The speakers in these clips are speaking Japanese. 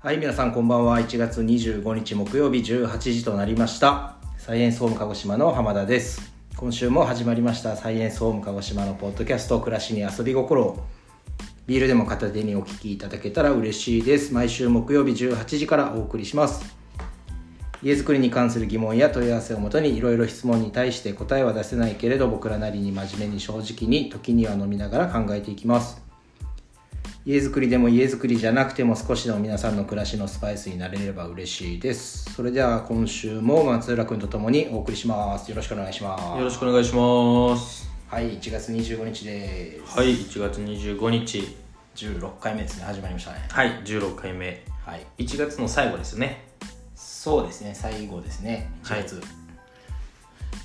はい、皆さんこんばんは。1月25日木曜日18時となりました。サイエンスホーム鹿児島の浜田です。今週も始まりましたサイエンスホーム鹿児島のポッドキャスト暮らしに遊び心をビールでも片手にお聞きいただけたら嬉しいです。毎週木曜日18時からお送りします。家づくりに関する疑問や問い合わせをもとにいろいろ質問に対して答えは出せないけれど僕らなりに真面目に正直に時には飲みながら考えていきます家づくりでも家づくりじゃなくても少しでも皆さんの暮らしのスパイスになれれば嬉しいですそれでは今週も松浦君とともにお送りしますよろしくお願いしますよろしくお願いしますはい1月25日ではい1月25日す16回目ですね始まりましたねはい16回目はい1月の最後ですねそうですね最後ですね1月、はい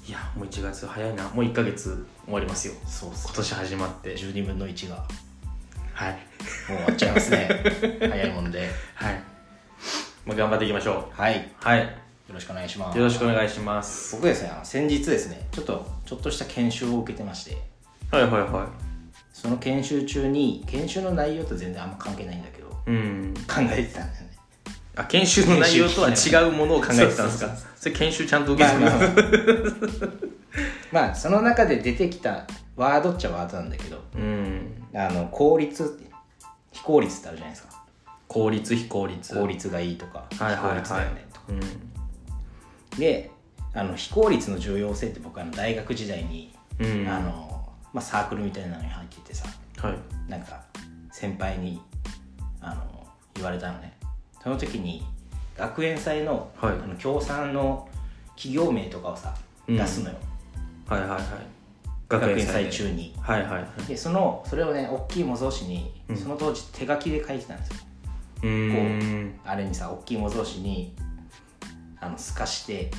いやもう1月早いなもう1ヶ月終わりますよそうっす今年始まって12分の1がはいもう終わっちゃいます ね早いもんではいまあ頑張っていきましょはいうはいよよろしくお願いしますろしくお願いします僕ですねあの先日ですねちょっとちょっとした研修を受けてましてはいはいはその研修中に研修の内容と全然あんま関係ないんだけどいうん考えてたんだよねあ研修の内容とは違うものを考えてたんですそうそうかそれ研修ちゃんと受けまあてまあままあ まあその中で出てきたワードっちゃワードなんだけどうんあの効率って非効率ってあるじゃないですか効率非効率効率がいいとか非はいはい効率はだいよねとか、うんであの非効率の重要性って僕あの大学時代に、うんあのまあ、サークルみたいなのに入っててさはいなんか先輩にあの言われたのねその時に学園祭の,、はいあの協賛の企業名とかをさ、うん出すのよはいはいはい学園で祭中にはいはいはいでそのそれをね大きい模造紙に、うんその当時手書きで書いてたんですようーんあれにさ大きい模造紙にあの透かして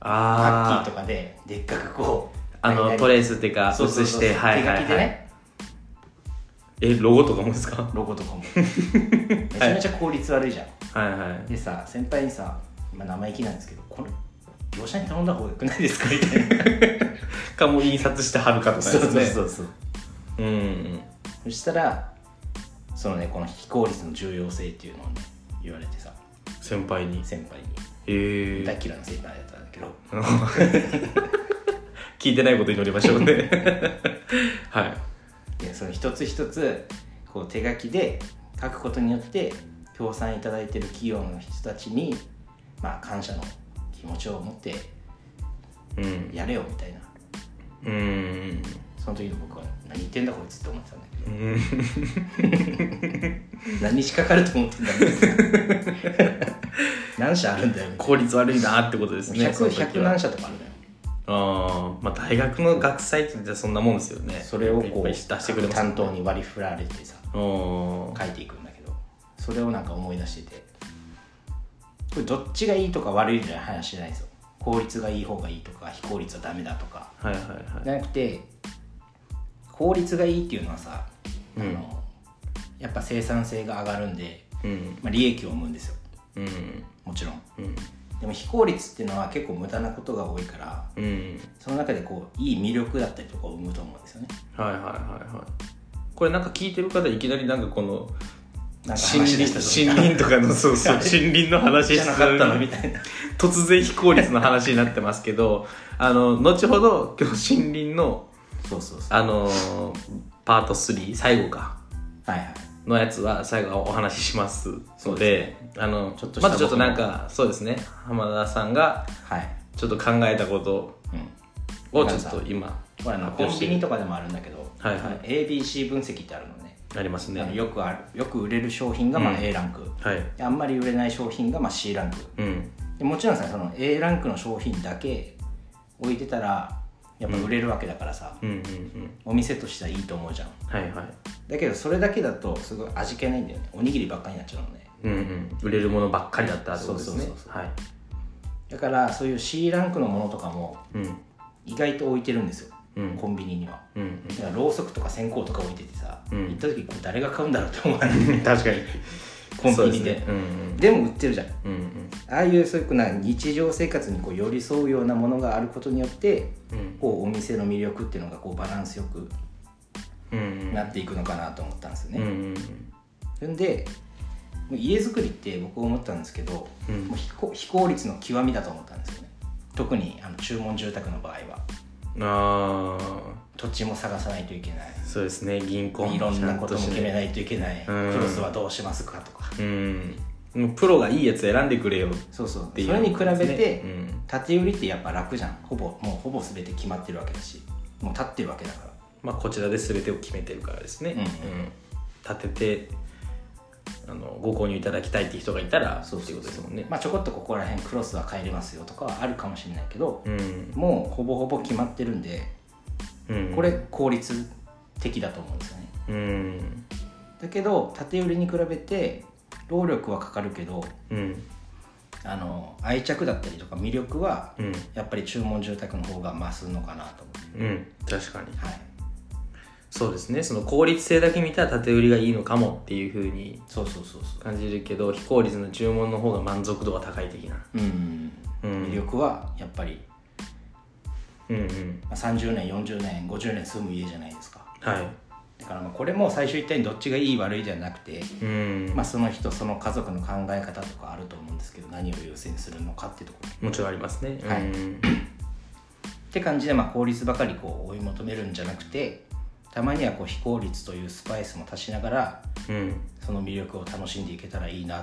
マッあキーとかででっかくこうああ何の々トレースっていうかそうそう写そうしてはい手は書いきはでいねえロゴとかもですかロゴとかもめち ゃめちゃ効率悪いじゃん、はいはいでさ先輩にさ今生意気なんですけどこれ業者に頼んだ方がよくないですかみたいなかもう印刷して貼るかとかですねう そううんうんそしたらそのねこの非効率の重要性っていうのをね言われてさ先輩に先輩にへ大え嫌いな先輩だったんだけど聞いてないことに祈りましょ うねはいでその一つ一つこう手書きで書くことによって協賛いただいてる企業の人たちにまあ感謝の気持ちを持ってうんやれよみたいなうんその時の僕は何言ってんだこいつって思ってたんだけどうん何にしかかると思ってんだろう何社あるんだよみたい効率悪いなってことですなねそ 100, の時は100何社とかあるんだよああまあ大学の学祭って言ったらそんなもんですよねそれをいっこぱうい出してくれ各ます担当に割り振られてさおー書いていくんだけどそれをなんか思い出しててこれどっちがいいとか悪いじゃ話じゃないですよ効率がいい方がいいとか非効率はダメだとかはいはいはいじゃなくて効率がいいっていうのはさ、うんあのやっぱ生産性が上がるんで、うんまあ、利益を生むんですようんもちろんうんでも非効率っていうのは結構無駄なことが多いからうんその中でこういい魅力だったりとかを生むと思うんですよねはいはいはいはいこれなんか聞いてる方いきなりなんかこのなんか森話林でした森林とかのそうそう森林の話じしゃてなたかったののみにたいな突然非効率の話になってますけどあの後ほど今日森林のそうそうそうあのーパート3最後かはいはいのやつは最後お話ししますそのうであのちょっとしたまずちょっとなんかそうですね浜田さんがはいちょっと考えたことうんをちょっと今これあのコンビニとかでもあるんだけど、はいはいあの ABC 分析ってあるのねありますあのねよくあるよく売れる商品がまうあん A ランク、はいであんまり売れない商品がまあ C ランクうんでもちろんさその A ランクの商品だけ置いてたらやっぱ売れるわけだからさ、うんうんうんお店としてはいいと思うじゃんはいはいだけどそれだけだとすごい味気ないんだよねおにぎりばっかりになっちゃうのねうんうん、売れるものばっかりだったってことですねそうそうそうはい、だからそういう C ランクのものとかもうん、意外と置いてるんですよ、うんコンビニにはうんだからろうそくとか線香とか置いててさ、うん行った時これ誰が買うんだろうって 思わないうん確かにコンビニでそうすねうんでも売ってるじゃんうんうんああいうそういうな日常生活にこう寄り添うようなものがあることによってうんこうお店の魅力っていうのがこうバランスよくうんうんなっていくのかなと思ったんですようんうね、んん、で家づくりって僕思ったんですけど、うんもう非効非効率の極みだと思ったんですよね特にあの注文住宅の場合はあ土地も探さないといけないーそうですね銀行いろんなことも決めいないといけない、うんクロスはどうしますかとかうんもうプロがいいやつ選んでくれよっそうそうていうそれに比べて、うん建て売りってやっぱ楽じゃんほぼもうほぼ全て決まってるわけだしもう立ってるわけだからまあ、こちらで全てを決めてるからですね、うん立ててあのご購入いただきたいって人がいたらそうそうそうっていうことですもんね、まあちょこっとここら辺クロスは変えれますよとかはあるかもしれないけど、うんもうほぼほぼ決まってるんでうんこれ効率的だと思うんですよねうんだけど縦売りに比べて労力はかかるけどうんあの愛着だったりとか魅力はうんやっぱり注文住宅の方が増すのかなと思うん確かにうはいそうですねその効率性だけ見たら縦売りがいいのかもっていうふうにそうそうそうそ感じるけど非効率の注文の方が満足度が高い的なううんうん魅力はやっぱりうんうんまあ30年40年50年住む家じゃないですかはいだからまあこれも最終一体にどっちがいい悪いじゃなくてうん、まあ、その人その家族の考え方とかあると思うんですけど何を優先するのかっていうところもちろんありますね、はいうんって感じで、まあ、効率ばかりこう追い求めるんじゃなくてたまにはこう非効率というスパイスも足しながらうんその魅力を楽しんでいけたらいいなっ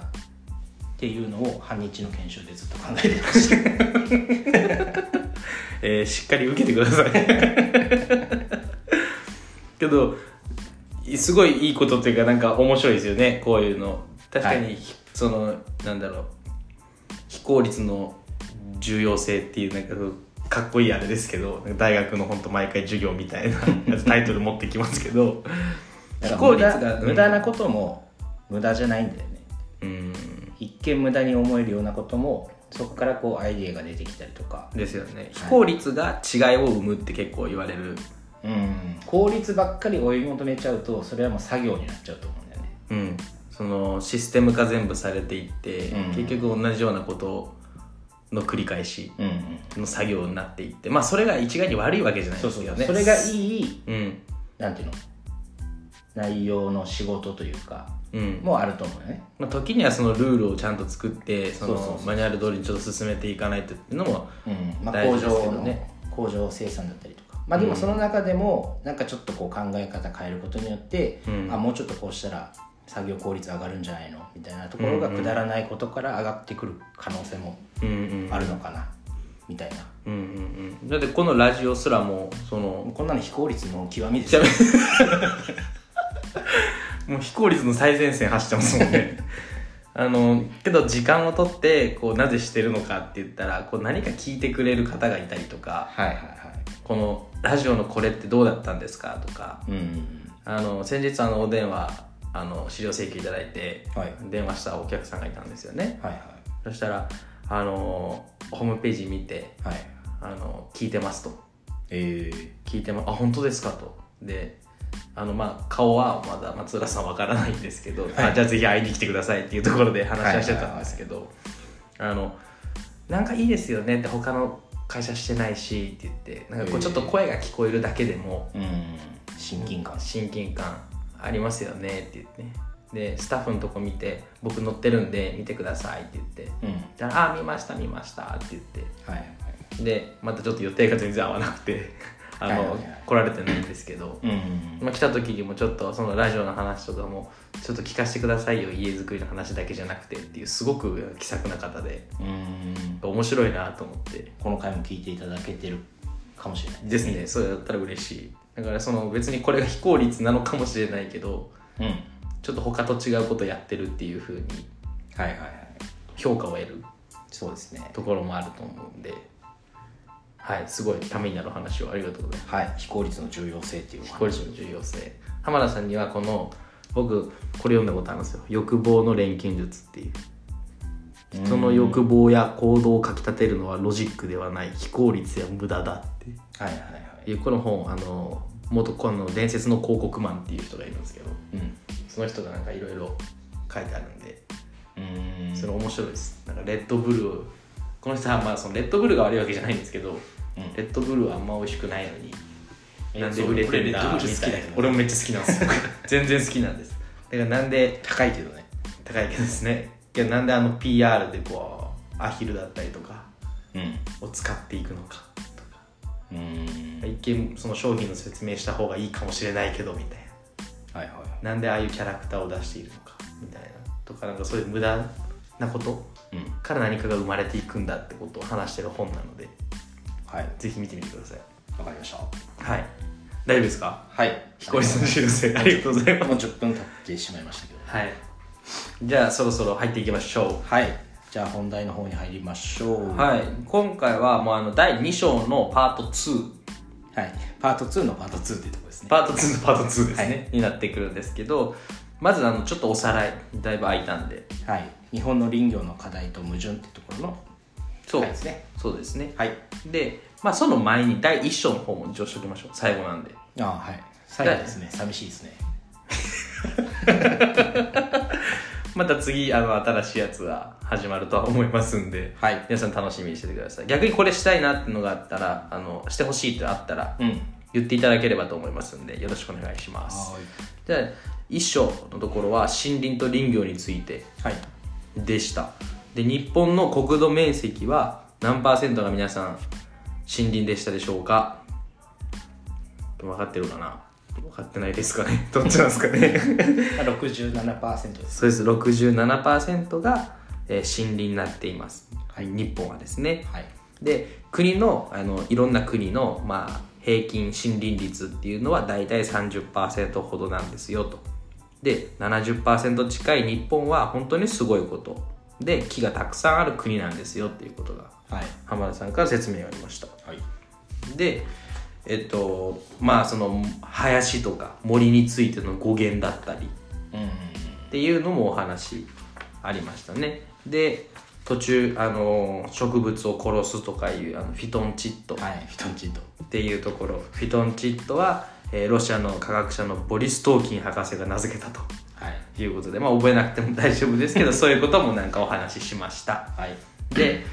ていうのを半日の研修でずっと考えてましたえーしっかり受けてください けどすごいいいことっていうかなんか面白いですよねこういうの確かに、はそのなんだろう非効率の重要性っていうなんかかっこいいあれですけど大学の本当毎回授業みたいなタイトル持ってきますけどだか非ら効無率駄が無駄なことも無駄じゃないんだよねうん一見無駄に思えるようなこともそこからこうアイデアが出てきたりとかですよね非効率が違いを生むって結構言われる、うん効率ばっかり追い求めちゃうとそれはもう作業になっちゃうと思うんだよねうん、そのシステム化全部されていって、うん結局同じようなことの繰り返しうんうんの作業になっていってまあそれが一概に悪いわけじゃないそでうそすうけそどうねそれがいいうんなんていうの内容の仕事というかうんもあると思うよねまあ、時にはそのルールをちゃんと作ってそそうそうのそうマニュアル通りにちょっと進めていかないとっていうのもうんまあ、大工事ですけ場どの、ね工場生産だったりとかまあでもその中でもなんかちょっとこう考え方変えることによって、うんあもうちょっとこうしたら作業効率上がるんじゃないのみたいなところがくだらないことから上がってくる可能性もうんうんあるのかな、みたいなうんうんうんだってこのラジオすらもそもうのこんなの非効率の極みですよもう非効率の最前線走ってますもんね あのけど時間を取ってこうなぜしてるのかって言ったらこう何か聞いてくれる方がいたりとかはいはいはいこのラジオのこれってどうだったんですかとかうんうんあの先日あのお電話あの資料請求いただいてはい電話したお客さんがいたんですよねはいそしたらあのホームページ見てはいはいあの聞いてますとえー聞いてますあ本当ですかとであのまあ顔はまだ松浦さんわからないんですけど、はいあじゃあぜひ会いに来てくださいっていうところで話はしてたんですけど、あのなんかいいですよねって他の会社してないしって言ってなんかこうちょっと声が聞こえるだけでも、うん親近感親近感ありますよねって言ってねでスタッフのとこ見て「僕乗ってるんで見てください」って言ってうんはい「ああ見ました見ました」って言っはいてでまたちょっと予定が全然合わなくてあはいの、はいはい来られてないんですけど、うんうんまあ、来た時にもちょっとそのラジオの話とかも「ちょっと聞かせてくださいよ家づくりの話だけじゃなくて」っていうすごく気さくな方でうんうん面白いなと思ってこの回も聞いていただけてるかもしれないですねそれだったら嬉しいだからその別にこれが非効率なのかもしれないけどうんちょっと他と違うことやってるっていう風にはいはいはい評価を得るそうですねところもあると思うんではいすごいためになるお話をありがとうございますはい非効率の重要性っていうお話非効率の重要性浜田さんにはこの僕これ読んだことあるんですよ欲望の錬金術っていう人の欲望や行動をかきたてるのはロジックではない非効率や無駄だっはいはいはいていうこの本あの元この伝説の広告マンっていう人がいるんですけどうんその人がなんかいろいろ書いてあるんでうーんそれ面白いですなんかレッドブルをこの人はまあそのレッドブルが悪いわけじゃないんですけど、んレッドブルはあんま美味しくないのにえなんで売れてんだそう俺レッドブル好みきだたいけな どね俺もめっちゃ好きなんですよ全然好きなんですだからなんで高いけどね高いけどですねいやなんであの PR でこうアヒルだったりとかうんを使っていくのかとかうん一見その商品の説明した方がいいかもしれないけどみたはいいはななんでああいうキャラクターを出しているのかみたいなとかなんかそういう無駄なこというんから何かが生まれていくんだってことを話してる本なのではいぜひ見てみてくださいわかりましたはい大丈夫ですかはいひこりさんの修正ありがとうございますもう10分経ってしまいましたけどはいじゃあそろそろ入っていきましょはいじゃあ本題の方に入りましょううはい今回はもうあの第2章のパート2はい、パート2のパート2っていうところですねパート2のパート2ですね、はいになってくるんですけどまずあのちょっとおさらいだいぶ空いたんではい日本の林業の課題と矛盾ってところのそうはいですねそうですねはいでまあその前に第1章の方も一応しておきましょう最後なんでああはい最後ですね寂しいですねまた次あの新しいやつが始まるとは思いますんではい皆さん楽しみにしててください逆にこれしたいなってのがあったらあのしてほしいってあったらうん言っていただければと思いますんでよろしくお願いしますはじゃあ1章のところは森林と林業についていはい でしたで日本の国土面積は何パーセントが皆さん森林でしたでしょうか分かってるかな分かってないですかね どっちなんですか ねまあ67%ですそうです67%が、えー森林になっています、はい日本はですねはいで国のあのいろんな国の、まあ、平均森林率っていうのは大体30%ほどなんですよとで70%近い日本は本当にすごいことで木がたくさんある国なんですよっていうことがはい浜田さんから説明がありましたはいでえっとまあその林とか森についての語源だったりうんうんうんっていうのもお話ありましたねで途中あの植物を殺すとかいうあのフィトンチッドっはい人んちんとていうところ、フィトンチッドは、えーロシアの科学者のボリス・トーキン博士が名付けたとはいいうことでまあ覚えなくても大丈夫ですけ どそういうこともなんかお話ししましたはいで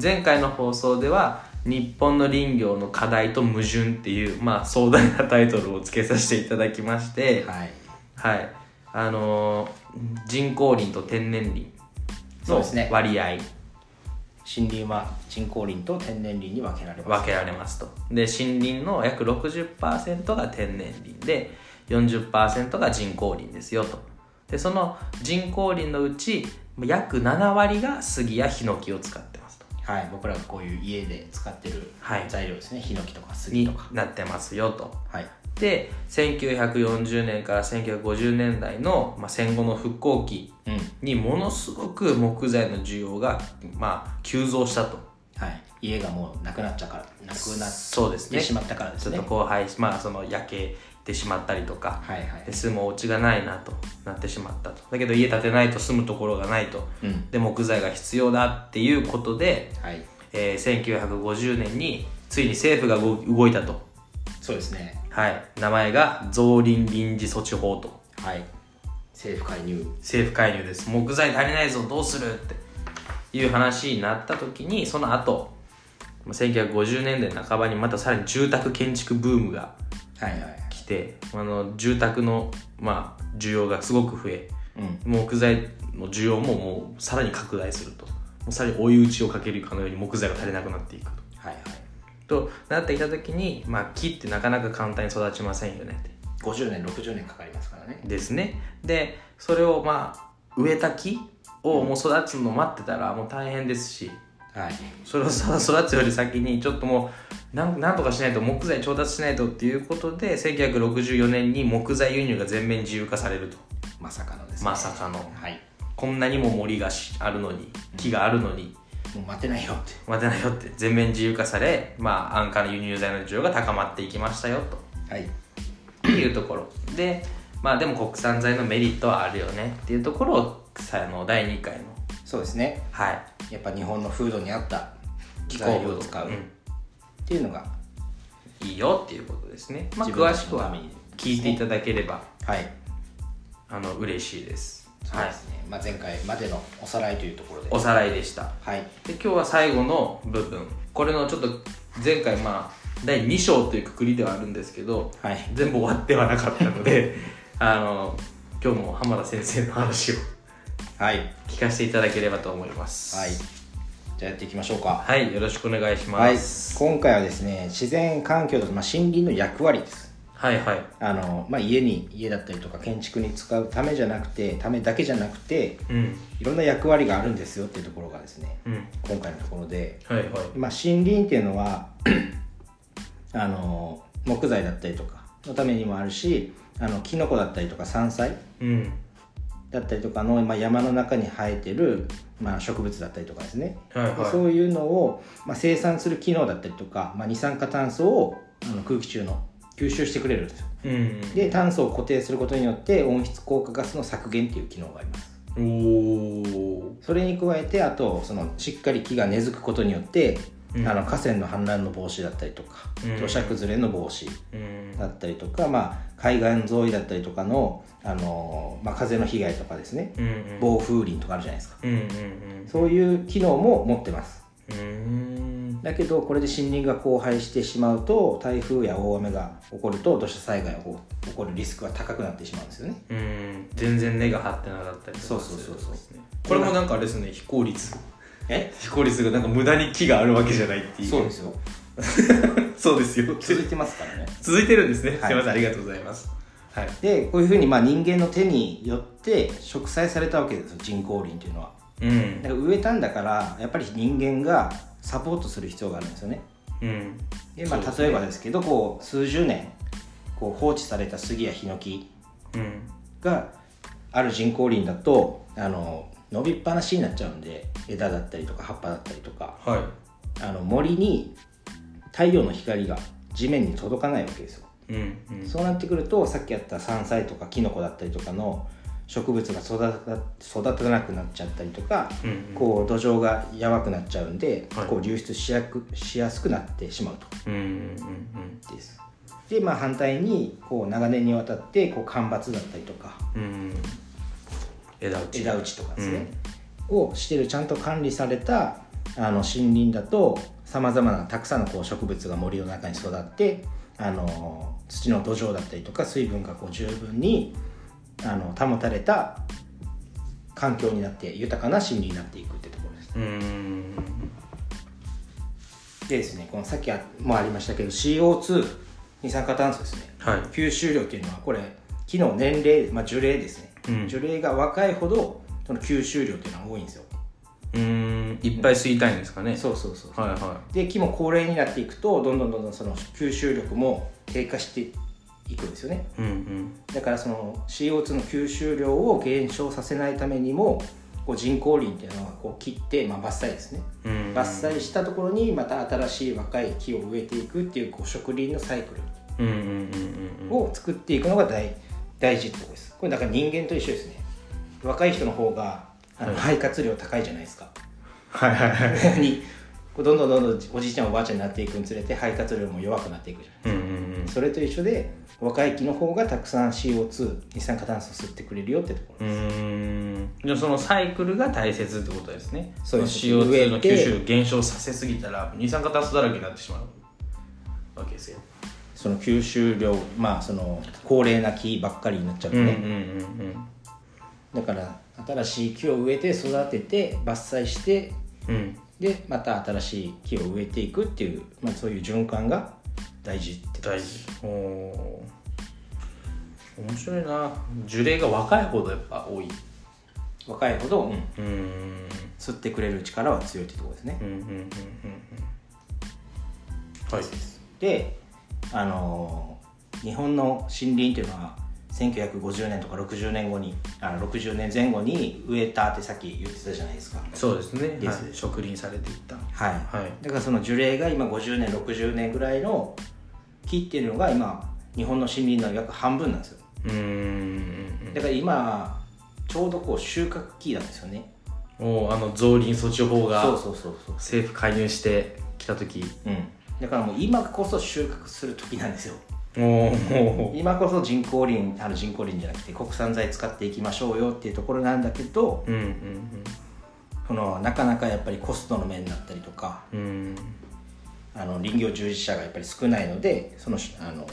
前回の放送では日本の林業の課題と矛盾っていう、まあ、壮大なタイトルをつけさせていただきまして、はいはい、あのー人工林と天然林そうのですね割合森林は人工林と天然林に分けられます分けられますとで森林の約60%が天然林で40%が人工林ですよとでその人工林のうち約7割が杉やヒノキを使ってますとはい僕らがこういう家で使ってるはい材料ですねヒノキとか杉にとかなってますよとはいで1940年から1950年代の、まあ、戦後の復興期うんにものすごく木材の需要が、まあ、急増したとはい家がもうなくなっちゃうからなくなっそうですてねしまったからでちすょっねと荒廃しまあその焼けてしまったりとか、はいはいで住むお家がないなとなってしまったとだけど家建てないと住むところがないと、うんで木材が必要だっていうことで、はいえー1950年についに政府が動動いたと、そうですねはい、名前が増林臨時措置法とはい政府介入政府介入です木材足りないぞどうするっていう話になった時にその後まあ1950年代半ばにまたさらに住宅建築ブームがはいはい来てあの住宅の、まあ、需要がすごく増えうん木材の需要ももうさらに拡大するともうさらに追い打ちをかけるかのように木材が足りなくなっていくと。はいはいとなってきた時に、まあ、木ってなかなか簡単に育ちませんよねって50年60年かかりますからねですねでそれをまあ植えた木をもう育つの待ってたらもう大変ですしはいそれをさ育つより先にちょっともうなんなんとかしないと木材調達しないとっていうことで1964年に木材輸入が全面自由化されるとまさかのですねまさかのはいこんなにも森がしあるのに木があるのにもう待てないよって待てないよって全面自由化されまあ安価な輸入材の需要が高まっていきましたよとはいっていうところでまあでも国産材のメリットはあるよねっていうところをさあの第2回のそうですねはいやっぱ日本の風土に合った気材候料部を使う、んっていうのがいいよっていうことですね、まあ、自分詳たちしくのたはめに聞いていただければはいあの嬉しいですそうはいですね、まあ、前回までのおさらいというところでおさらいでしたはいで今日は最後の部分これのちょっと前回まあ第2章というくくりではあるんですけどはい全 部終わってはなかったのであの今日も浜田先生の話をはい聞かせていただければと思いますはいじゃあやっていきましょうかはいよろしくお願いしはまいす、今回はですね自然環境と、まあ、森林の役割ですはい、はいあの、まあ、家に家だったりとか建築に使うためじゃなくてためだけじゃなくてうんいろんな役割があるんですよっていうところがですねうん今回のところで、はいはいまあ、森林っていうのは あの木材だったりとかのためにもあるしあのキノコだったりとか山菜うんだったりとかの、まあ、山の中に生えてる、まあ、植物だったりとかですね、はいはいそういうのを、まあ、生産する機能だったりとか、まあ、二酸化炭素をあの空気中の吸収してくれるんですようんうんで炭素を固定することによって温室効果ガスの削減っていう機能がありますおおそれに加えてあとそのしっかり木が根付くことによって、うんあの河川の氾濫の防止だったりとかうん土砂崩れの防止うんだったりとか、まあ、海岸沿いだったりとかの、あのまあ、風の被害とかですねうんうん暴風林とかあるじゃないですかうんうんそういう機能も持ってますうんうだけどこれで森林が荒廃してしまうと台風や大雨が起こると土砂災害が起こ起こるリスクが高くなってしまうんですよねーん全然根が張ってなかったりとかそうそうそうそうするんですねこれもなんかあれですね非効率え非効率がなんか無駄に木があるわけじゃないっていうそうですよそうですよ続いてますからね続いてるんですね、はいすいませんありがとうございますはいでこういうふうにまあ人間の手によって植栽されたわけですよ人工林というのはうんだから植えたんだからやっぱり人間がサポートする必要があるんですよねうんで、まそうであ、すね例えばですけどこう数十年こう放置された杉やヒノキうんがある人工林だとあの伸びっぱなしになっちゃうんで枝だったりとか葉っぱだったりとかはいあの森に太陽の光が地面に届かないわけですようんうんそうなってくるとさっきやった山菜とかキノコだったりとかの植物が育た育たなくなっちゃったりとか、うんうんこう土壌がやばくなっちゃうんで、はいこう流出しやくしやすくなってしまうとうんうんです。でまあ反対にこう長年にわたってこう干ばつだったりとかうんうん枝打ち枝打ちとかですね、をしてるちゃんと管理されたあの森林だとさまざまなたくさんのこう植物が森の中に育ってあの土の土壌だったりとか水分がこう十分にあの保たれた環境になって豊かな森林になっていくってところです。うんうんでですねこのさっきあもありましたけど CO2 二酸化炭素ですねはい吸収量っていうのはこれ木の年齢、まあ、樹齢ですね、うん樹齢が若いほどその吸収量っていうのは多いんですよ。うんいっぱい吸いたいんですかねそうそうそうはいはで木も高齢になっていくとどんどんどんどんその吸収力も低下していくんですよねいうんだからその CO2 の吸収量を減少させないためにもこう人工林っていうのはこう切って、まあ、伐採ですねうんうん伐採したところにまた新しい若い木を植えていくっていうこう植林のサイクルうんうんうんうんを作っていくのが大大事ってことですこれだから人間と一緒ですね若い人の方があの肺活量高いじゃないですかはいはいはいにこうどんどんどんどんおじいちゃんおばあちゃんになっていくにつれて肺活量も弱くなっていくじゃうんうんうんんそれと一緒で若い木の方がたくさん CO2 二酸化炭素吸ってくれるよってとこうろ、ーんじゃあそのサイクルが大切ってことですねそうです CO2 の吸収を減少させすぎたら二酸化炭素だらけになってしまうわけですよ、その吸収量まあその高齢な木ばっかりになっちゃうとうんうんね、だから新しい木を植えて育てて伐採してうんうんうんでまた新しい木を植えていくっていう、まあ、そういう循環が大事って大事おー面白いな樹齢が若いほどやっぱ多い若いほど、うんうーん吸ってくれる力は強いってところですね、うんうんうんうんうんはいであのー日本の森林というのは1950年とか60年後にあ60年前後に植えたってさっき言ってたじゃないですかそうですねですはい、植林されていったはい、はいだからその樹齢が今50年60年ぐらいの木っていうのが今日本の森林の約半分なんですようーんだから今ちょうどこう収穫期なんですよねおーあの増林措置法がそうそうそうそう政府介入してきた時うんだからもう今こそ収穫する時なんですよおお今こそ人工林あの人工林じゃなくて国産材使っていきましょうよっていうところなんだけどうんうんそのなかなかやっぱりコストの面だったりとかうんうんあの林業従事者がやっぱり少ないのでそのあの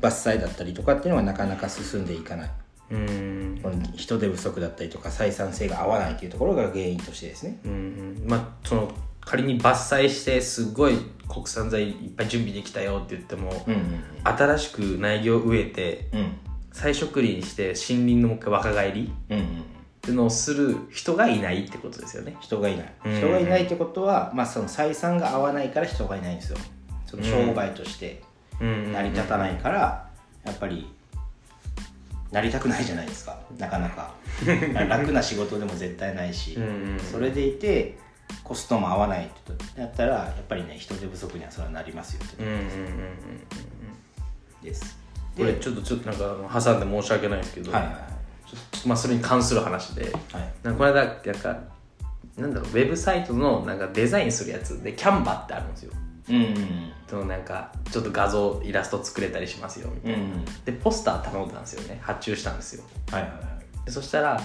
伐採だったりとかっていうのがなかなか進んでいかないうんうんこの人手不足だったりとか採算性が合わないというところが原因としてですねうんうんまあその仮に伐採してすごい国産材いっぱい準備できたよって言っても、うん新しく苗木を植えてうん再植林して森林のもう一回若返りっうんうんていうのをする人がいないってことですよね人がいないうん人がいないってことは、まあ、その採算が合わないから人がいないんですよその商売として成成り立たないからやっぱりなりたくないじゃないですかなかな か楽な仕事でも絶対ないし、それでいてコストも合わないってとやったらやっぱりね人手不足にはそれはなりますよってうんうんうんうんですこれちょっとちょっとなんか挟んで申し訳ないですけど、はいはいまあ、それに関する話ではいはいなんかこの間なんかなんだろうウェブサイトのなんかデザインするやつでキャンバってあるんですようんうんそのなんかちょっと画像イラスト作れたりしますよみたういんな、うんでポスター頼んだんですよね発注したんですよはいはいはいでそしたら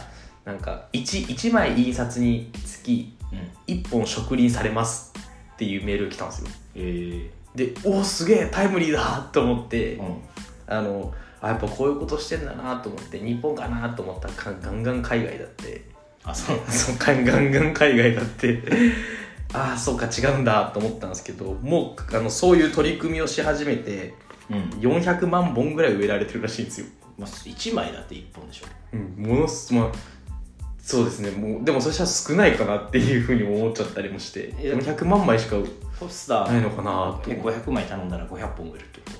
なんか 1, 1枚印刷につきうん1本植林されますっていうメールが来たんですよえでおおすげえタイムリーだと思って、えうんあのあやっぱこういうことしてんだなと思って日本かなと思ったらかガンガン海外だってあそうそうガンガンガン海外だってああそうか違うんだと思ったんですけどもうあのそういう取り組みをし始めてうん400万本ぐらい植えられてるらしいんですよ、まあ、1枚だって1本でしょうん、ものすまあそうですねもうでもそしたら少ないかなっていうふうに思っちゃったりもしていやでも100万枚しかポスタなーいのかなとで500枚頼んだら500本売れるってこ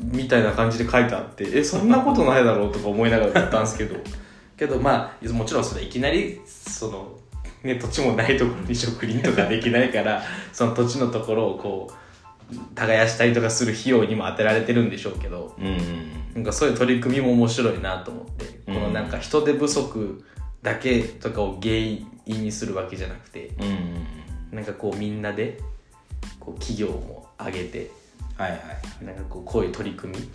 みたいな感じで書いてあってえそんなことないだろうとか思いながらやったんですけど けどまあもちろんそれいきなりその、ね、土地もないところに植林とかできないから その土地のところをこう耕したりとかする費用にも当てられてるんでしょうけどとうんなんかそういう取り組みも面白いなと思って、うんこのなんか人手不足だけとかを原因にするわけじゃなくてうんうんなんかこうみんなでこう企業も上げてはいはいなんかこうこういう取り組み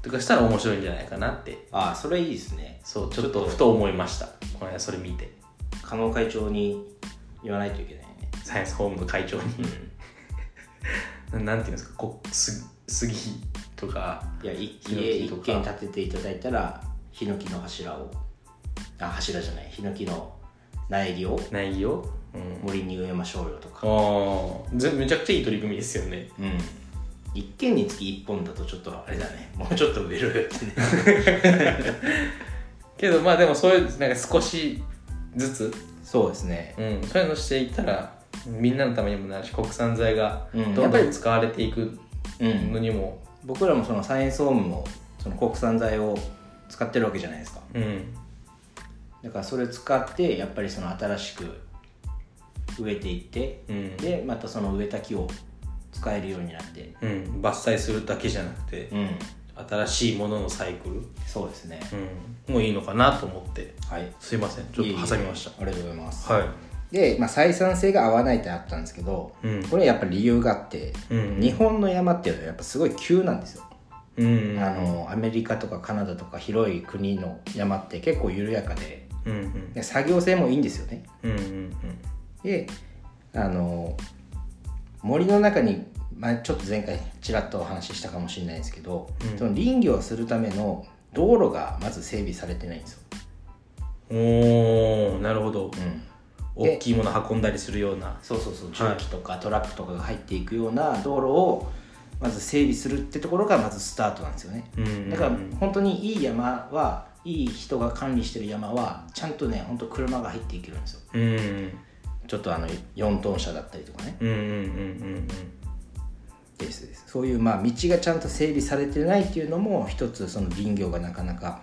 とかしたら面白いんじゃないかなってああそれいいですねそうちょっとふと思いましたこの間それ見て加納会長に言わないといけないねサイエンスホームの会長 にななんていうんですかこす杉とかいや一軒家一ヒノキとか軒建てていただいたらヒノキの柱をあ柱じゃないヒノキの苗木を苗木を、うん、森に植えましょうよとかああぜめちゃくちゃいい取り組みですよねうん一軒につき1本だとちょっとあれだねもうちょっと植えろよってねけどまあでもそういうなんか少しずつ、そうですねうん、そういうのしていったらみんなのためにもなるし国産材がうどんんどん使われていくうんのにも、僕らもそのサイエンスホームもその国産材を使ってるわけじゃないですかうん、だからそれ使ってやっぱりその新しく植えていって、うんでまたその植えた木を使えるようになってうん、伐採するだけじゃなくて、うん新しいもののサイクル、そうですね、もういいのかなと思ってはいすいませんちょっと挟みましたいえいえありがとうございます、はいで、まあ、採算性が合わないってあったんですけど、うんこれはやっぱり理由があって、うん日本の山っていうのはやっぱすごい急なんですよ、うんあのアメリカとかカナダとか広い国の山って結構緩やかでうんうんで作業性もいいんですよねうんうんであの森の中に、まあ、ちょっと前回ちらっとお話ししたかもしれないですけど、うんその林業をするための道路がまず整備されてないんですよ、うんおーなるほどうん、で大きいもの運んだりするようなそうそうそう重機とかトラックとかが入っていくような道路をまず整備するってところがまずスタートなんですよねうんうんだから本当にいい山はいい人が管理してる山はちゃんとね本当車が入っていけるんですようんうんちょっとあの4トン車だったりとかねうんうんうんですですそういうまあ道がちゃんと整備されてないっていうのも一つその林業がなかなか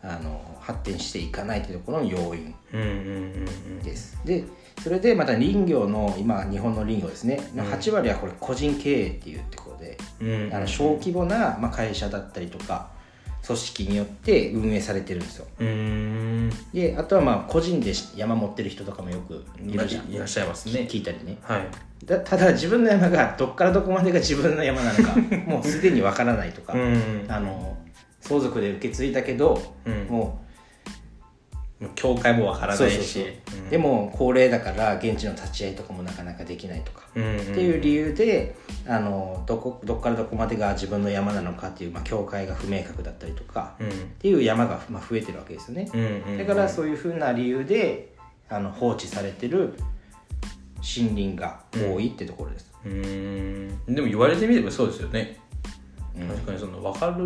あの発展していかないというところの要因うんうんうんうんですでそれでまた林業の今日本の林業ですねの8割はこれ個人経営っていうところで、うんうんあの小規模なまあ会社だったりとか組織によって運営されてるんですようーんであとはまあ個人で山持ってる人とかもよくいるじゃんいらっしゃいますね聞いたりねはいだただ自分の山がどっからどこまでが自分の山なの かもうすでにわからないとか、うんあの相続で受け継いだけど、うんもう境界もわからそなういそうしそう、うんでも高齢だから現地の立ち会いとかもなかなかできないとか、うんうんっていう理由であのどこどこからどこまでが自分の山なのかっていう、まあ、境界が不明確だったりとか、うんっていう山が、まあ、増えてるわけですよね、うんうんうんだからそういうふうな理由であの放置されてる森林が多いってところです、うーんでも言われてみればそうですよね、確かにその分かる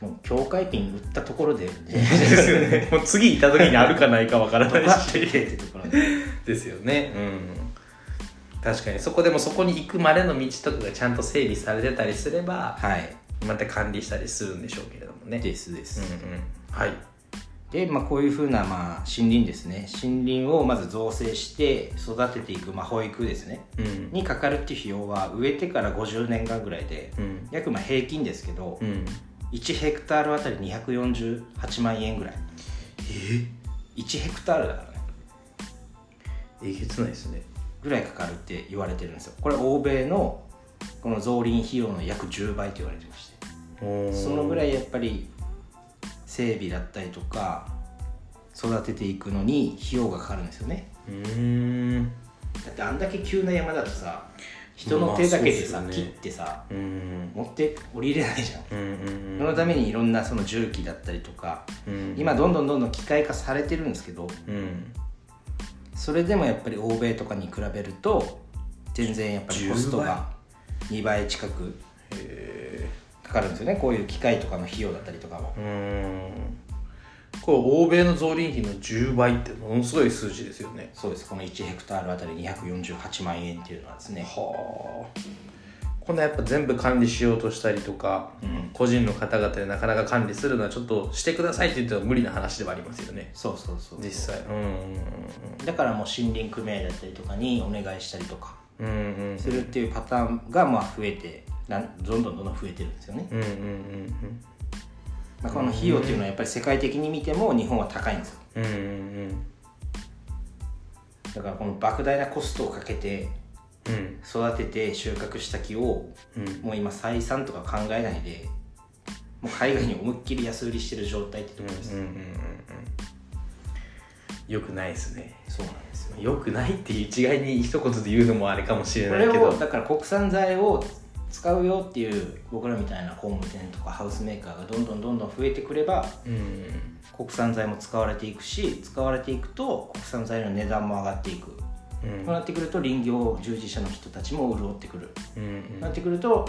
もう境界ピン売ったところで、ですよね もう次行った時にあるかないか分からバないッしてってところで ですよねうん確かにそこでもそこに行くまでの道とかがちゃんと整備されてたりすればはいまた管理したりするんでしょうけれどもねですですうんうんはいで、まあ、こういうふうな、まあ、森林ですね森林をまず造成して育てていく、まあ、保育ですねうんにかかるっていう費用は植えてから50年間ぐらいでうん約まあ平均ですけど、うん1ヘクタールあたり248万円ぐらいえ1ヘクタールだからねえげつないですねぐらいかかるって言われてるんですよこれ欧米のこの造林費用の約10倍と言われてましてそのぐらいいやっぱり整備だったりとか育てていくのに費用がかかるんですよねうーんだってあんだけ急な山だとさ人の手だけでさ、まあそうっす切よっねてさうん持って降りれないじゃん、うんうんそのためにいろんなその重機だったりとかうん今どんどんどんどん機械化されてるんですけどうんそれでもやっぱり欧米とかに比べると全然やっぱりコストが2倍近くかかるんですよねこういう機械とかの費用だったりとかもうーんこれ欧米の増林費の10倍ってものすごい数字ですよねそうですこの1ヘクタールあたり248万円っていうのはですねはあこんなやっぱ全部管理しようとしたりとか、個人の方々でなかなか管理するのはちょっとしてくださいって言っては無理な話ではありますよねそうそうそう実際うんだからもう森林組合だったりとかにお願いしたりとかうんうんうんするっていうパターンがまあ増えてなんどんどんどんどん増えてるんですよね、うんうんうんまあ、この費用っていうのはやっぱり世界的に見ても日本は高いんですようんうんうんだからこの莫大なコストをかけてうん育てて収穫した木をうんもう今採算とか考えないでもう海外に思いっきり安売りしてる状態ってところです、うんうんうんうんよくないですねそうなんですよよくないって一概に一言で言うのもあれかもしれこないれけをどだから国産材を使うよっていう僕らみたいな工務店とかハウスメーカーがどんどんどんどん増えてくればうん国産材も使われていくし使われていくと国産材の値段も上がっていく、うんこうなってくると林業従事者の人たちも潤ってくる、うんこううなんってくると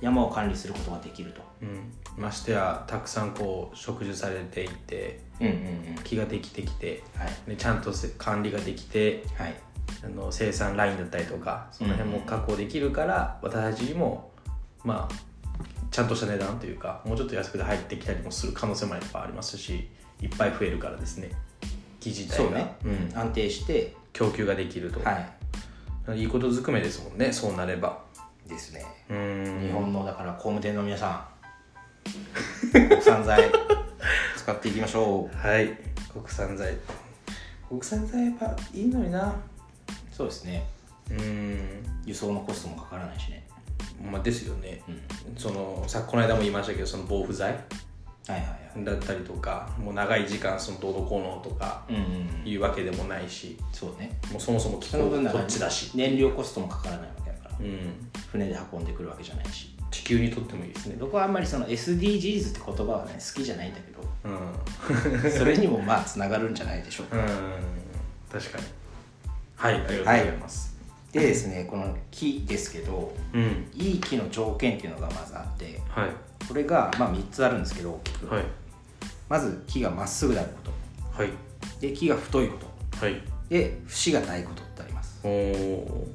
山を管理することができると、うんましてやたくさんこう植樹されていてうんうんうん木ができてきてはいでちゃんとせ管理ができてはいあの生産ラインだったりとかその辺も確保できるから、私たちにもまあちゃんとした値段というかもうちょっと安くで入ってきたりもする可能性もやっぱありますしいっぱい増えるからですね木自体そうが、ね、うん、安定して供給ができると、はいい、いことずくめですもんねそうなればですねうん日本のだから工務店の皆さ ん国産材使っていきましょはい国産材国産材やっぱいいのになうそうですねうん輸送のコストもかからないしねまあですよね、そのさこの間も言いましたけどその防腐剤はいはいはだったりとかもう長い時間その道路効能とかいうんうんいうわけでもないしそうねもうそもそも気そ候の分なこらっちだし、燃料コストもかからないわけだからうん、船で運んでくるわけじゃないし地球にとってもいいですね、僕はあんまりその SDGs って言葉はね好きじゃないんだけ どうん、うんそ れにもまあつながるんじゃないでしょうか確かにはいありがとうございます、でですねこの木ですけどうんいい木の条件っていうのがまずあってはいこれがまあ3つあるんですけど大きく、はいまず木がまっすぐであることはいで木が太いことはいで節がないことってありますおお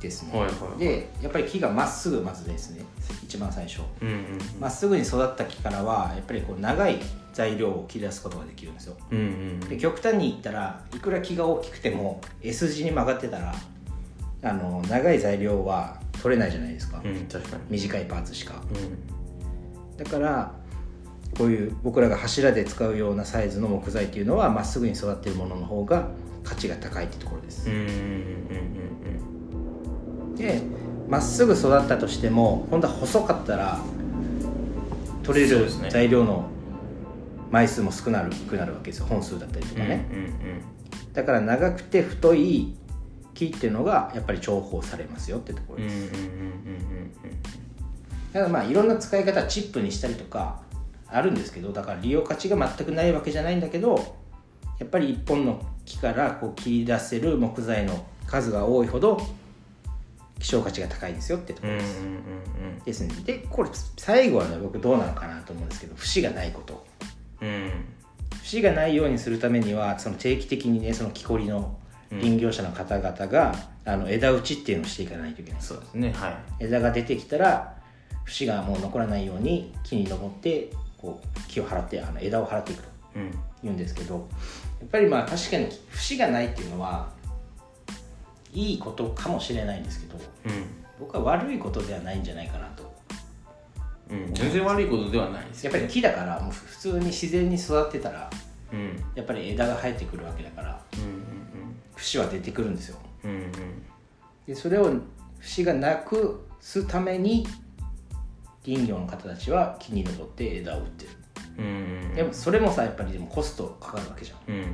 ですね、はいはいはいでやっぱり木がまっすぐまずですね一番最初うんうんまっすぐに育った木からはやっぱりこう長い材料を切り出すことができるんですようんうんで極端に言ったらいくら木が大きくても S 字に曲がってたらあの長い材料は取れないじゃないですか、うん確かに短いパーツしかうんだからこういう僕らが柱で使うようなサイズの木材っていうのはまっすぐに育ってるものの方が価値が高いってところです、うんうんうんでまっすぐ育ったとしても今度は細かったら取れそうるですね材料の枚数も少なくなるわけですよ本数だったりとかうんうんね、だから長くて太い木っていうのがやっぱり重宝されますよってところうんうんうんうんうんです、うんただまあいろんな使い方チップにしたりとかあるんですけどだから利用価値が全くないわけじゃないんだけどやっぱり一本の木からこう切り出せる木材の数が多いほど希少価値が高いですよってとこうんうんうんろうんです,、ですねでこれ最後はね僕どうなのかなと思うんですけど節がないことうんうん節がないようにするためにはその定期的にねその木こりの林業者の方々が、あの枝打ちっていうのをしていかないといけないそうですねはい枝が出てきたら節がもう残らないように木に登ってこう木を払ってあの枝を払っていくとうんいうんですけどやっぱりまあ確かに節がないっていうのはいいことかもしれないんですけど僕は悪いことではないんじゃないかなとうんうん全然悪いことではないですやっぱり木だからもう普通に自然に育ってたらうんうんやっぱり枝が生えてくるわけだから節は出てくるんですようんうんでそれを節がなくすために林業の方たちは木に登って枝を打ってるうんうんうんでもそれもさやっぱりでもコストかかるわけじゃんうん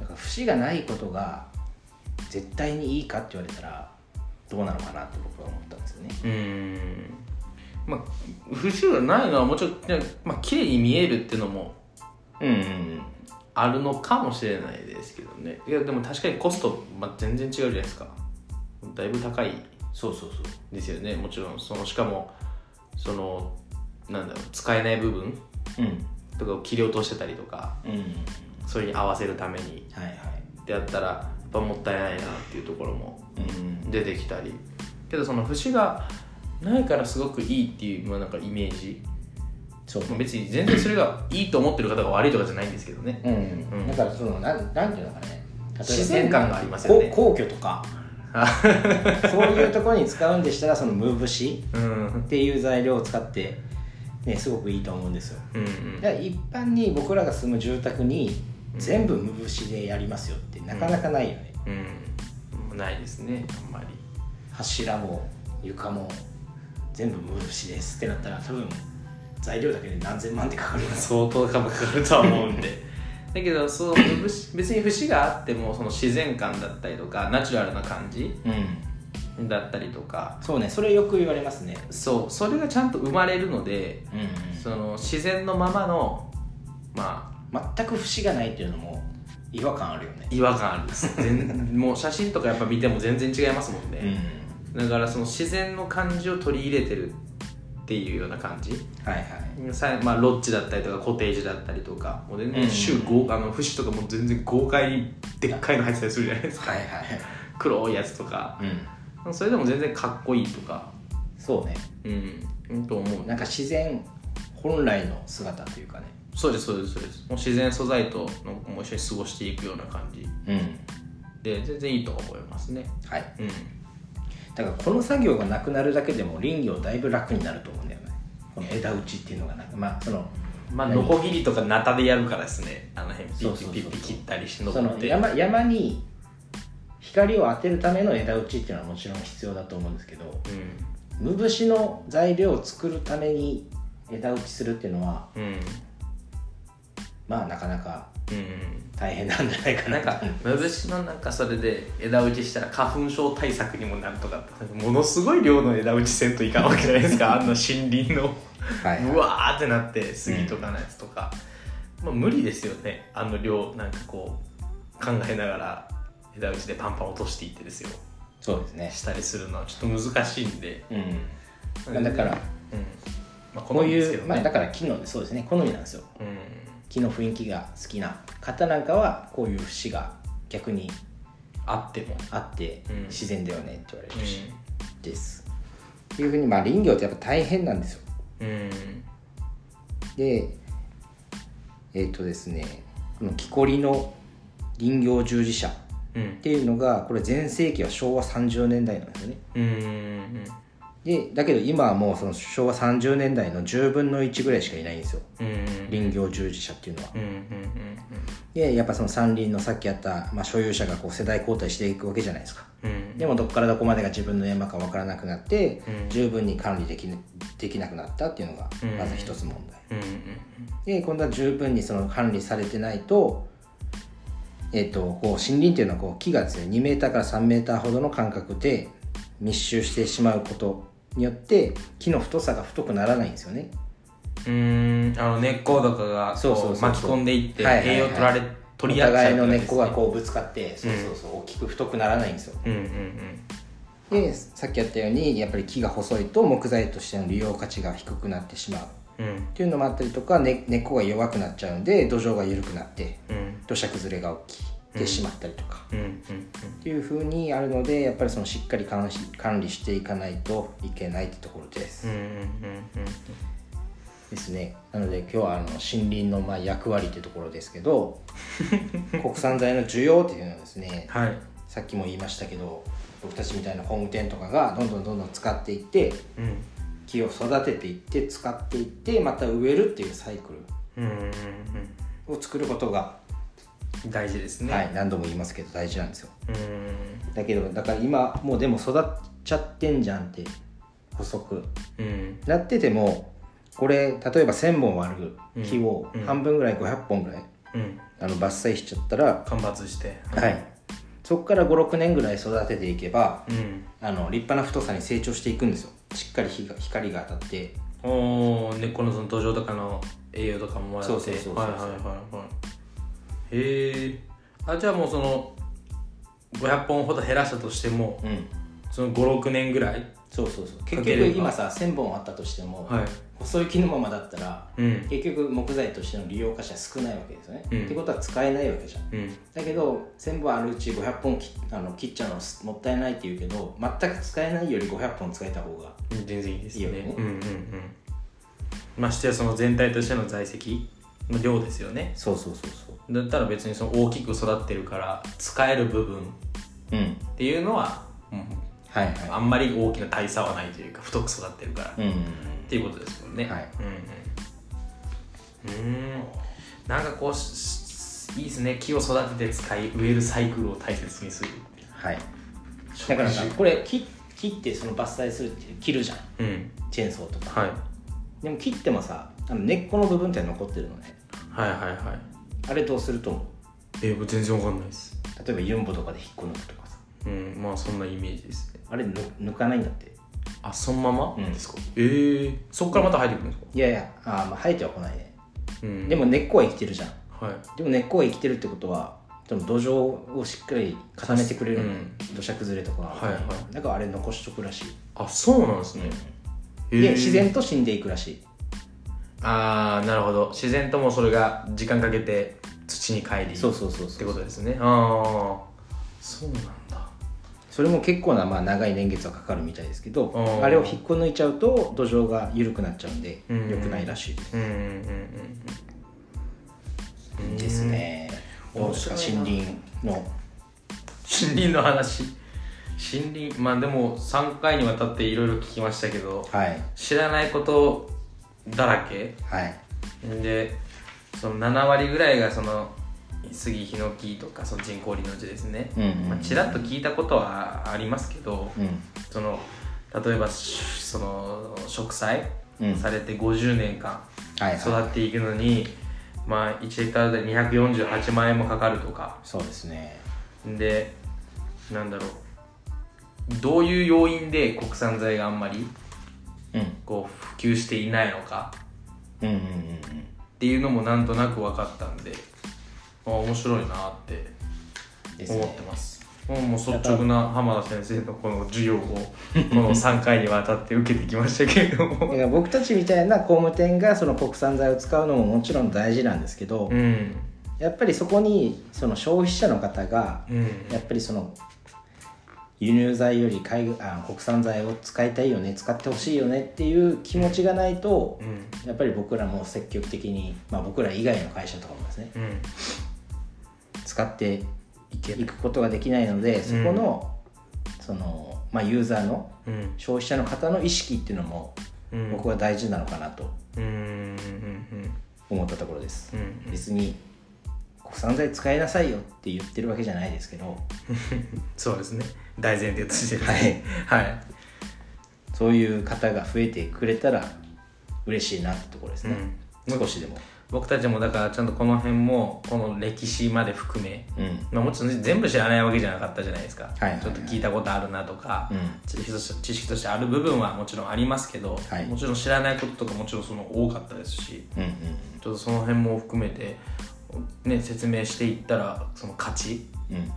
だから節がないことが絶対にいいかって言われたらどうなのかなって僕は思ったんですよねうーんまあ不自由がないのはもうちょっと、まあ綺麗に見えるっていうのもうんうんあるのかもしれないですけどねいやでも確かにコスト、まあ、全然違うじゃないですかだいぶ高いそうそうそうですよねもちろんそのしかもそのなんだろう使えない部分うんとかを切り落としてたりとかうんうんそれに合わせるためにはいはいってやったらやっぱもったいないなっていうところもうん出てきたりけどその節がないからすごくいいっていう、まあ、なんかイメージそうまあ別に全然それがいいと思ってる方が悪いとかじゃないんですけどねうん、うんだからそのなんなんていうのかね例えば自然感がありますよねこ皇居とかそういうところに使うんでしたらそのムーブシ うんうんっていう材料を使ってねすごくいいと思うんですようんだから一般に僕らが住む住宅に全部無節でやりますよってなかなかないよね、うんないですねあんまり柱も床も全部無節ですってなったら多分材料だけで何千万ってかかるます相当株かかるとは思うんで だけどそう節別に節があってもその自然感だったりとかナチュラルな感じうんだったりとかそうねそれよく言われますねそうそれがちゃんと生まれるのでうん、その自然のままのまあ全く節がないっていうのも違和感あるよね違和感あるんです 全もう写真とかやっぱ見ても全然違いますもんね、うんだからその自然の感じを取り入れてるっていうような感じはいはいさまあ、ロッジだったりとかコテージだったりとかもう全うん然週豪あの節とかも全然豪快にでっかいの入ってたりするじゃないですかはいはい黒いやつとかうんそれでも全然かっこいいとかそうねうんうんと思うなんか自然本来の姿というかねそうですそうですそうですもう自然素材とのもう一緒に過ごしていくような感じうんで全然いいと思いますねはいうんだからこの作業がなくなるだけでも林業だいぶ楽になると思うんだよねこの枝打ちっていうのがなくまあそのまあ何ノコギリとかナタでやるからですねあの辺ピそうッそピうそうッピッピ切ったりしてそ登っのて山山に光を当てるための枝打ちっていうのはもちろん必要だと思うんですけどうムブシの材料を作るために枝打ちするっていうのはんうんまあなかなかうん大変なんじゃないかななんかムブシのなんかそれで枝打ちしたら花粉症対策にもなるとかってものすごい量の枝打ちせんといかんわけじゃないですかあんな森林のはい、うわーってなって杉とかのやつとか、まあ、無理ですよねあの量なんかこう考えながら枝打ちでパンパン落としていってですよそうですねしたりするのはちょっと難しいんで、うんまあだからうんまあ、こう好みですいけう、どまあねだから木のそうですね好みなんですようん木の雰囲気が好きな方なんかはこういう節が逆にあっても、あってうん自然だよねって言われるし、うです。っていうふうにまあ林業ってやっぱ大変なんですよ。んうん、でえっ、とですねこの木こりの林業従事者っうんていうのがこれ全盛期は昭和30年代なんですよね。うんうんでだけど今はもうその昭和30年代の10分の1ぐらいしかいないんですようん林業従事者っていうのは。うんうんうんでやっぱその山林のさっきあった、まあ、所有者がこう世代交代していくわけじゃないですか。うんうんうんうんでもどこからどこまでが自分の山か分からなくなって、うん十分に管理できできなくなったっていうのがうんまず一つ問題、うんうんで今度は十分にその管理されてないと,、えっとこう森林っていうのはこう木がですね2メーターから3メーターほどの間隔で密集してしまうことによって木の太さが太くならないんですよねうんうんあの根っことかがそうそうそうこ巻き込んでいってはいはいはい栄養取られお取り合っちゃ互ういてこのと根でっすねこがこうぶつかってそうそうそう大きく太くならないんですようんうんうんでさっきやったようにやっぱり木が細いと木材としての利用価値が低くなってしまううんっていうのもあったりとか、ね、根っこが弱くなっちゃうんで土壌が緩くなってうん土砂崩れが起きてしまったりとか、うんうんっていう風にあるのでやっぱりそのしっかり管理管理していかないといけないってところです、うんうんうんうんですねなので今日はあの森林のまあ役割ってところですけど国産材の需要っていうのはですねはいさっきも言いましたけど僕たちみたいな工務店とかがどんどんどんどん使っていってうん木を育てていって使っていってまた植えるっていうサイクうんうんルを作ることが、うん大事ですね、はい、何度も言いますけど大事なんですようんだけどだから今もうでも育っちゃってんじゃんって補足うんなっててもこれ例えば1,000本割る木をうんうん半分ぐらい500本ぐらいうんあの伐採しちゃったら、間伐してはい、そこから56年ぐらい育てていけばうんあの立派な太さに成長していくんですよしっかり日が光が当たっておお根っこのその土壌とかの栄養とかももらってそうそうそうそうはいはいはいはいへえあじゃあもうその500本ほど減らしたとしてもうんその56年ぐらいそうそうそうか結け局れば今さ1,000本あったとしても、はい細い木のままだったらうん結局木材としての利用価値は少ないわけですよね、うんってことは使えないわけじゃんうんだけど1,000本あるうち500本切あの切っちゃうのもったいないって言うけど全く使えないより500本使えた方が全然いいですいねいよねうんうんうんましてやその全体としての在籍の量ですよねそうそうそうそうだったら別にその大きく育ってるから使える部分っうんていうのは、うん、はいはあんまり大きな大差はないというか太く育ってるから、いっうんていうことですもんねはいうんうんうーんなんかこうししいいですね木を育てて使い植えるサイクルを大切にするはいだからさこれ切切ってその伐採するって切るじゃんうんチェーンソーとかはい、でも切ってもさあの根っこの部分って残ってるのねはいはいはいあれどうすると思うえー、全然わかんないです例えばユンボとかで引っこ抜くとかさうんまあそんなイメージですねあれぬ抜かないんだってあそのままうんですか、えー、そこからまた入ってくるんですか、いやいやあーまあ生えてはこないねうん、でも根っこは生きてるじゃんはいでも根っこが生きてるってことはその土壌をしっかり固めてくれるのね、土砂崩れとかが、はいはだからあれ残しとくらしい、あそうなんですね、えで自然と死んでいくらしいああなるほど自然ともそれが時間かけて土に帰りそうそうそうっそてうことですねああそうなんだそれも結構なまあ長い年月はかかるみたいですけどあーあれを引っこ抜いちゃうと土壌が緩くなっちゃうんでうんうん良くないらしいですうんうんうんうんですねうんどうですか面白いな森林の森林の話森林まあでも3回にわたっていろいろ聞きましたけどはい知らないことだらけはいでその7割ぐらいがその杉ヒノキとかその人工林のうちですね、うんうんうんまあ、ちらっと聞いたことはありますけど、うんその例えばしその植栽うんされて50年間はい育はいっていくのに、まあ1ヘクタールで248万円もかかるとかそうですねでなんだろうどういう要因で国産材があんまりうんこう普及していないのかうんうんうんっていうのもなんとなく分かったんであ面白いなってうんです思っねてますもうもう率直な浜田先生のこの授業をこの3回にわたって受けてきましたけれどだ もから僕たちみたいな工務店がその国産材を使うのももちろん大事なんですけど、うんやっぱりそこにその消費者の方がうんやっぱりその輸入材より海外あ国産材を使いたいよね使ってほしいよねっていう気持ちがないとうんやっぱり僕らも積極的に、まあ、僕ら以外の会社とかもですねうん使っていくことができないのでそこの,、そのまあ、ユーザーのうん消費者の方の意識っていうのもうん僕は大事なのかなとうんうんうん思ったところです。うん別に国産材使いなさいよって言ってるわけじゃないですけどそうですね大前提としてはいはい、そういう方が増えてくれたら嬉しいなってところですうね、ん、少しでも僕たちもだからちゃんとこの辺もこの歴史まで含め、うんまあ、もちろん全部知らないわけじゃなかったじゃないですか、はいはいはいちょっと聞いたことあるなとか、うん知識として知識としてある部分はもちろんありますけど、はいもちろん知らないこととかもちろんその多かったですしうんちょっとその辺も含めて、ね、説明していったらその価値うんうんっ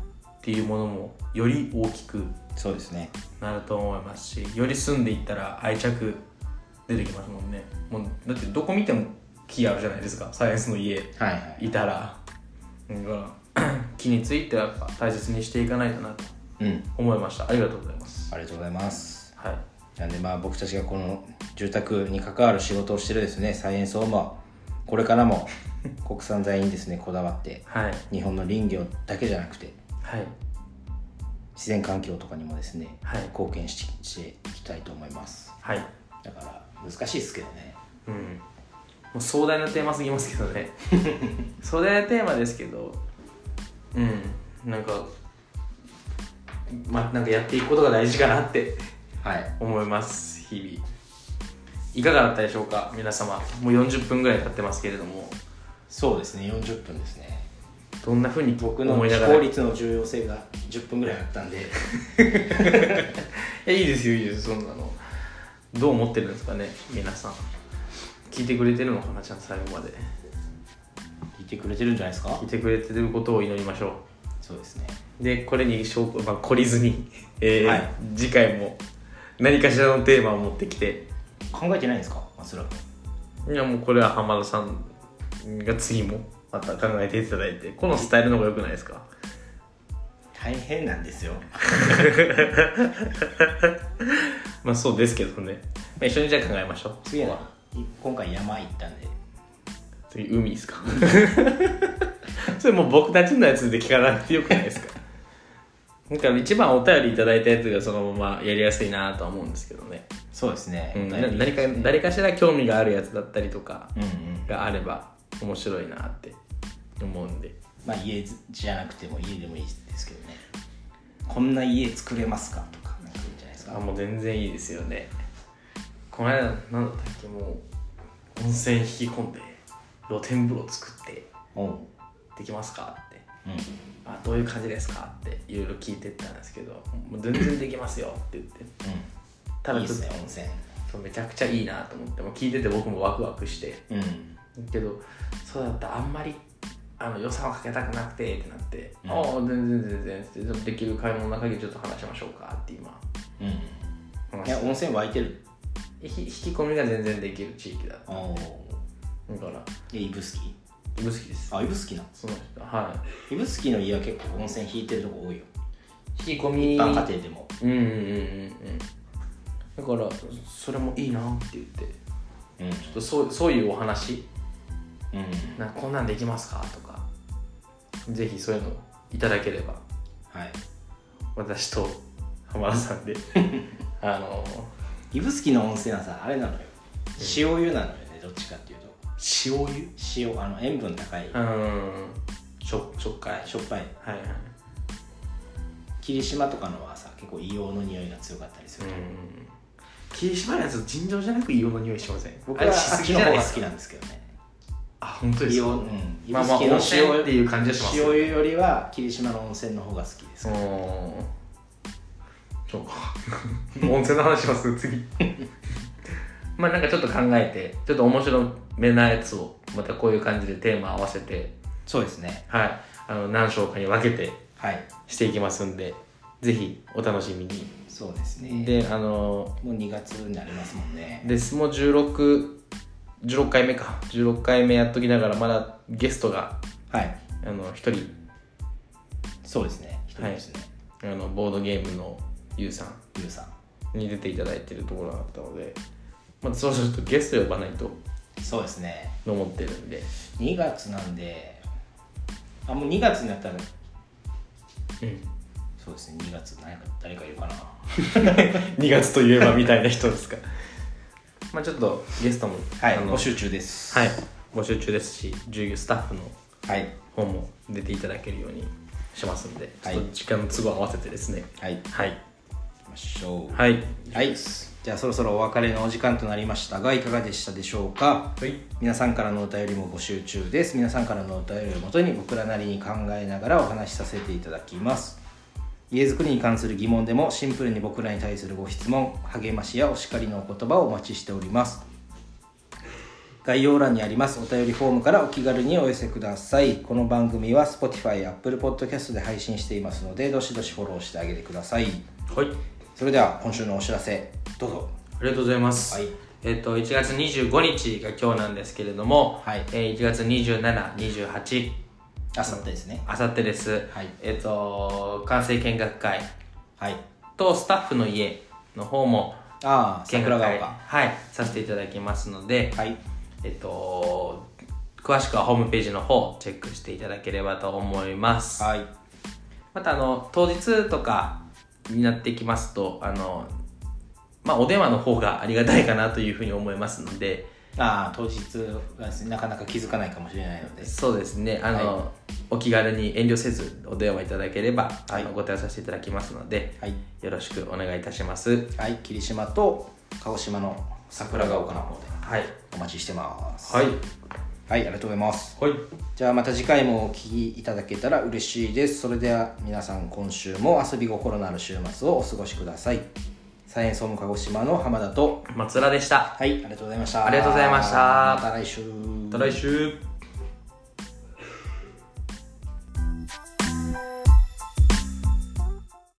ていうものもより大きくそうですねなると思いますしより住んでいったら愛着出てきますもんねもうだってどこ見ても木あるじゃないですかサイエンスの家はいはいいたらだから 木についてはやっぱ大切にしていかないとなとうん思いましたありがとうございますありがとうございますはいなんでまあ僕たちがこの住宅に関わる仕事をしてるですねサイエンスオーマーこれから も国産材にですねこだわってはい日本の林業だけじゃなくてはい自然環境とかにもですね、はい貢献してしていきたいと思いますはいだから難しいですけどねうんもう壮大なテーマすぎますけど ね壮大なテーマですけどうんなんかまあなんかやっていくことが大事かなってはい思います日々いかがだったでしょうか皆様もう40分ぐらい経ってますけれどもそうですね40分ですねどんなふうに僕の思いながら効い率の重要性が10分ぐらいあったんでやいいですよいいですよそんなのどう思ってるんですかね皆さん聞いてくれてるのかなちゃんと最後まで 聞いてくれてるんじゃないですか聞いてくれてることを祈りましょそうですねうでこれに証拠、まあ、懲りずに、えーはい次回も何かしらのテーマを持ってきて考えてないんですか松浦君いやもうこれは浜田さんが次もまた考えていただいてこのスタイルの方が良くないですか大変なんですよまあそうですけどね、まあ、一緒にじゃあ考えましょう次はねい今回山行ったんで次海ですか それもう僕たちのやつで聞かなくてよくないですか だから一番お便りいただいたやつがそのままやりやすいなとは思うんですけどね、そうですねうん、なお便り何か誰かしら興味があるやつだったりとかうんうんがあれば面白いなって思うんでまあ家じゃなくても家でもいいですけどねこんな家作れますかとかなんかいいんじゃないですあかもう全然いいですよねこの間なんだったっけもう温泉引き込んで露天風呂作っておうできますかってうんあどういう感じですかっていろいろ聞いてったんですけどもう全然できますよって言ってたうんいだいちですょっとね温泉そうめちゃくちゃいいなと思ってもう聞いてて僕もワクワクしてうんけどそうだったあんまりあの予算をかけたくなくてってなって「うんああ全然全然」ってでもできる買い物の中でちょっと話しましょうかって今うん話いや温泉湧いてるひ引き込みが全然できる地域だったおうだからで指宿指宿ですあ指宿なその人は指宿の家は結構温泉引いてるとこ多いよい引き込み一般家庭でもうんうんうんうんうんだからそれもいいなって言ってうんちょっとそうそういうお話うんなんかこんなんできますかとかぜひそういうのいただければはい私と浜田さん であの指宿の温泉はさあれなのよ塩湯なのよねどっちかっていうと塩湯塩あの塩分高いうんしょしょっかいしょっぱいはいはい霧島とかのはさ結構硫黄の匂いが強かったりすうる、ん霧島のやつ尋常じゃなく硫黄の匂いしません僕はあれあしっすちぎのじゃな方いが好ですかきなんですけどねあ本当です硫黄かうん指まあまあ宿の温泉っていう感じはします塩湯よりは霧島の温泉の方が好きです、うんそうか温泉の話します次まあなんかちょっと考えてちょっと面白めなやつをまたこういう感じでテーマ合わせてそうですねはいあの何章かに分けてはいしていきますんでぜひお楽しみそうですねにであのもう2月になりますもんねですもう1616回目か16回目やっときながらまだゲストがはいあの1人そうですね一人ですね、あのボードゲームのゆうさんゆうさんに出ていただいてるところだったので、まあ、そうするとゲスト呼ばないとそうですね思ってるんで、 2月なんであもう2月になったら そうですね2月何か誰かいるかな2月といえばみたいな人ですか まあちょっとゲストも、はいあの募集中ですはい、募集中ですし従業スタッフのはい本も出ていただけるようにしますんで、はいちょっと時間の都合合わせてですねはい行はいきましょうはいはい、じゃあそろそろお別れのお時間となりましたがいかがでしたでしょうかはい皆さんからのお便りも募集中です皆さんからのお便りをもとに僕らなりに考えながらお話しさせていただきます家づくりに関する疑問でもシンプルに僕らに対するご質問励ましやお叱りのお言葉をお待ちしております概要欄にありますお便りフォームからお気軽にお寄せくださいこの番組は Spotify、Apple Podcast で配信していますのでどしどしフォローしてあげてくださいはいそれでは今週のお知らせどうぞありがとうございます、はいえっと1月25日が今日なんですけれども、はいえー1月2728あさってですねあさってです、はいえっと完成見学会はいとスタッフの家の方もああ見桜学川会かはいさせていただきますので、はいえっと詳しくはホームページの方チェックしていただければと思いますはいまたあの当日とかになってきますとあのまあお電話の方がありがたいかなというふうに思いますのでああ当日はですねなかなか気づかないかもしれないのでそうですねあの、お気軽に遠慮せずお電話いただければあの、ご対応させていただきますのではい、よろしくお願いいたしますはい、霧島と鹿児島の桜ヶ丘の方ではいお待ちしてますはいはい、ありがとうございますはいじゃあまた次回もお聞きいただけたら嬉しいですそれでは皆さん今週も遊び心のある週末をお過ごしくださいサイエンスホーム鹿児島の浜田と松浦でしたはいありがとうございましたありがとうございましたまた来週また来週